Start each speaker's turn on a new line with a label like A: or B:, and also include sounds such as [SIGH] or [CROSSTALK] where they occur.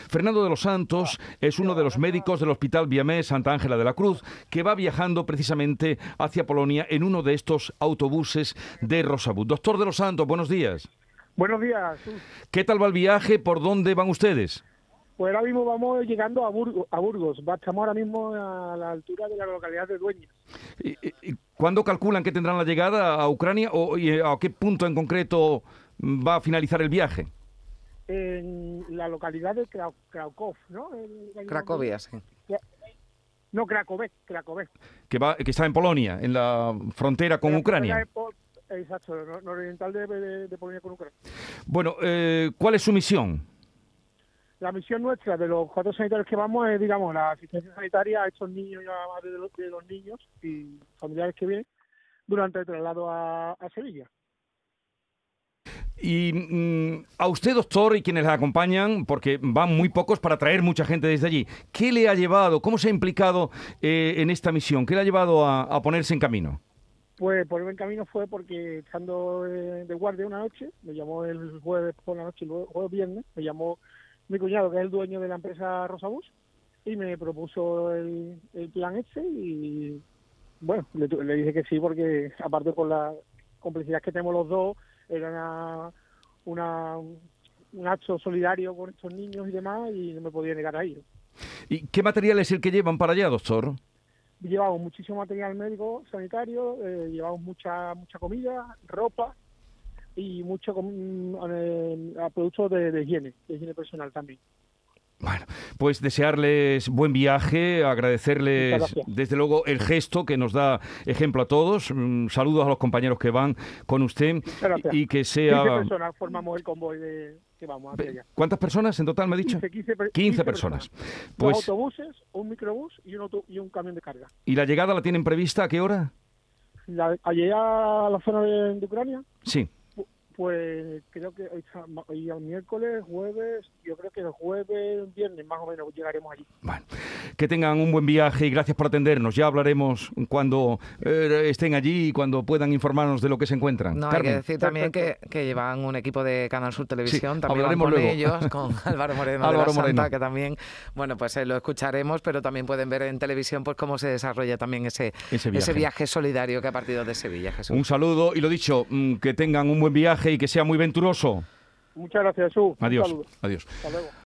A: Fernando de los Santos es uno de los médicos del Hospital Viamés Santa Ángela de la Cruz que va viajando precisamente hacia Polonia en uno de estos autobuses de Rosabud. Doctor de los Santos, buenos días.
B: Buenos días.
A: ¿Qué tal va el viaje? ¿Por dónde van ustedes?
B: Pues ahora mismo vamos llegando a, Burgo, a Burgos. Estamos ahora mismo a la altura de la localidad de Dueñas.
A: ¿Y- y- ¿Cuándo calculan que tendrán la llegada a Ucrania o y, eh, a qué punto en concreto va a finalizar el viaje?
B: En la localidad de Krau- Krakow, ¿no? El- el-
C: Cracovia, sí.
B: No, Krakovec, Krakovec.
A: Que, va, que está en Polonia, en la frontera con
B: La
A: Ucrania.
B: frontera de Pol- Exacto, nor- nororiental de, de- de Polonia con Ucrania.
A: Bueno, eh, ¿cuál es su misión?
B: La misión nuestra de los cuatro sanitarios que vamos es, digamos, la asistencia sanitaria a estos niños y a la madre de los, de los niños y familiares que vienen durante el traslado a, a Sevilla.
A: Y mm, a usted, doctor, y quienes la acompañan, porque van muy pocos para traer mucha gente desde allí, ¿qué le ha llevado, cómo se ha implicado eh, en esta misión? ¿Qué le ha llevado a, a ponerse en camino?
B: Pues por el buen camino fue porque estando eh, de guardia una noche, me llamó el jueves por la noche, el jue- jueves viernes, me llamó mi cuñado, que es el dueño de la empresa Rosabus, y me propuso el, el plan este y bueno, le, tu- le dije que sí porque aparte con la complicidad que tenemos los dos, era una, una- un acto solidario con estos niños y demás y no me podía negar a ellos.
A: ¿Y qué material es el que llevan para allá, doctor?
B: llevamos muchísimo material médico sanitario, eh, llevamos mucha mucha comida, ropa y mucho com- eh, a productos de, de higiene, de higiene personal también.
A: Bueno, pues desearles buen viaje,
B: Muchas
A: agradecerles
B: gracias.
A: desde luego el gesto que nos da ejemplo a todos. Mm, Saludos a los compañeros que van con usted
B: gracias.
A: y que
B: 15
A: sea...
B: personas formamos el convoy de, que vamos hacia allá.
A: ¿Cuántas personas en total me ha dicho?
B: 15, 15 per-
A: 15
B: 15
A: personas.
B: Dos
A: Pues,
B: autobuses, un microbús y un, auto- y un camión de carga.
A: ¿y la llegada la tienen prevista a qué hora?
B: La, al llegar a la zona de, de Ucrania,
A: Sí.
B: pues creo que hoy, está- hoy es miércoles, jueves, yo creo que el jueves, viernes más o menos llegaremos allí.
A: Bueno, que tengan un buen viaje y gracias por atendernos. Ya hablaremos cuando eh, estén allí y cuando puedan informarnos de lo que se encuentran.
C: No, hay
A: Carmen.
C: que decir también que, que llevan un equipo de Canal Sur Televisión,
A: Sí,
C: también van
A: hablaremos
C: con
A: luego. [LAUGHS]
C: ellos, con Álvaro Moreno de
A: Álvaro
C: la Santa,
A: Moreno.
C: que también, bueno, pues eh, lo escucharemos, pero también pueden ver en televisión pues cómo se desarrolla también ese,
A: Ese
C: ese,
A: viaje.
C: viaje. solidario que ha partido de Sevilla, Jesús.
A: Un saludo y lo dicho, mm, que tengan un buen viaje y que sea muy venturoso.
B: Muchas gracias, Jesús. Un
A: Adiós.
B: saludo.
A: Adiós.
B: Hasta luego.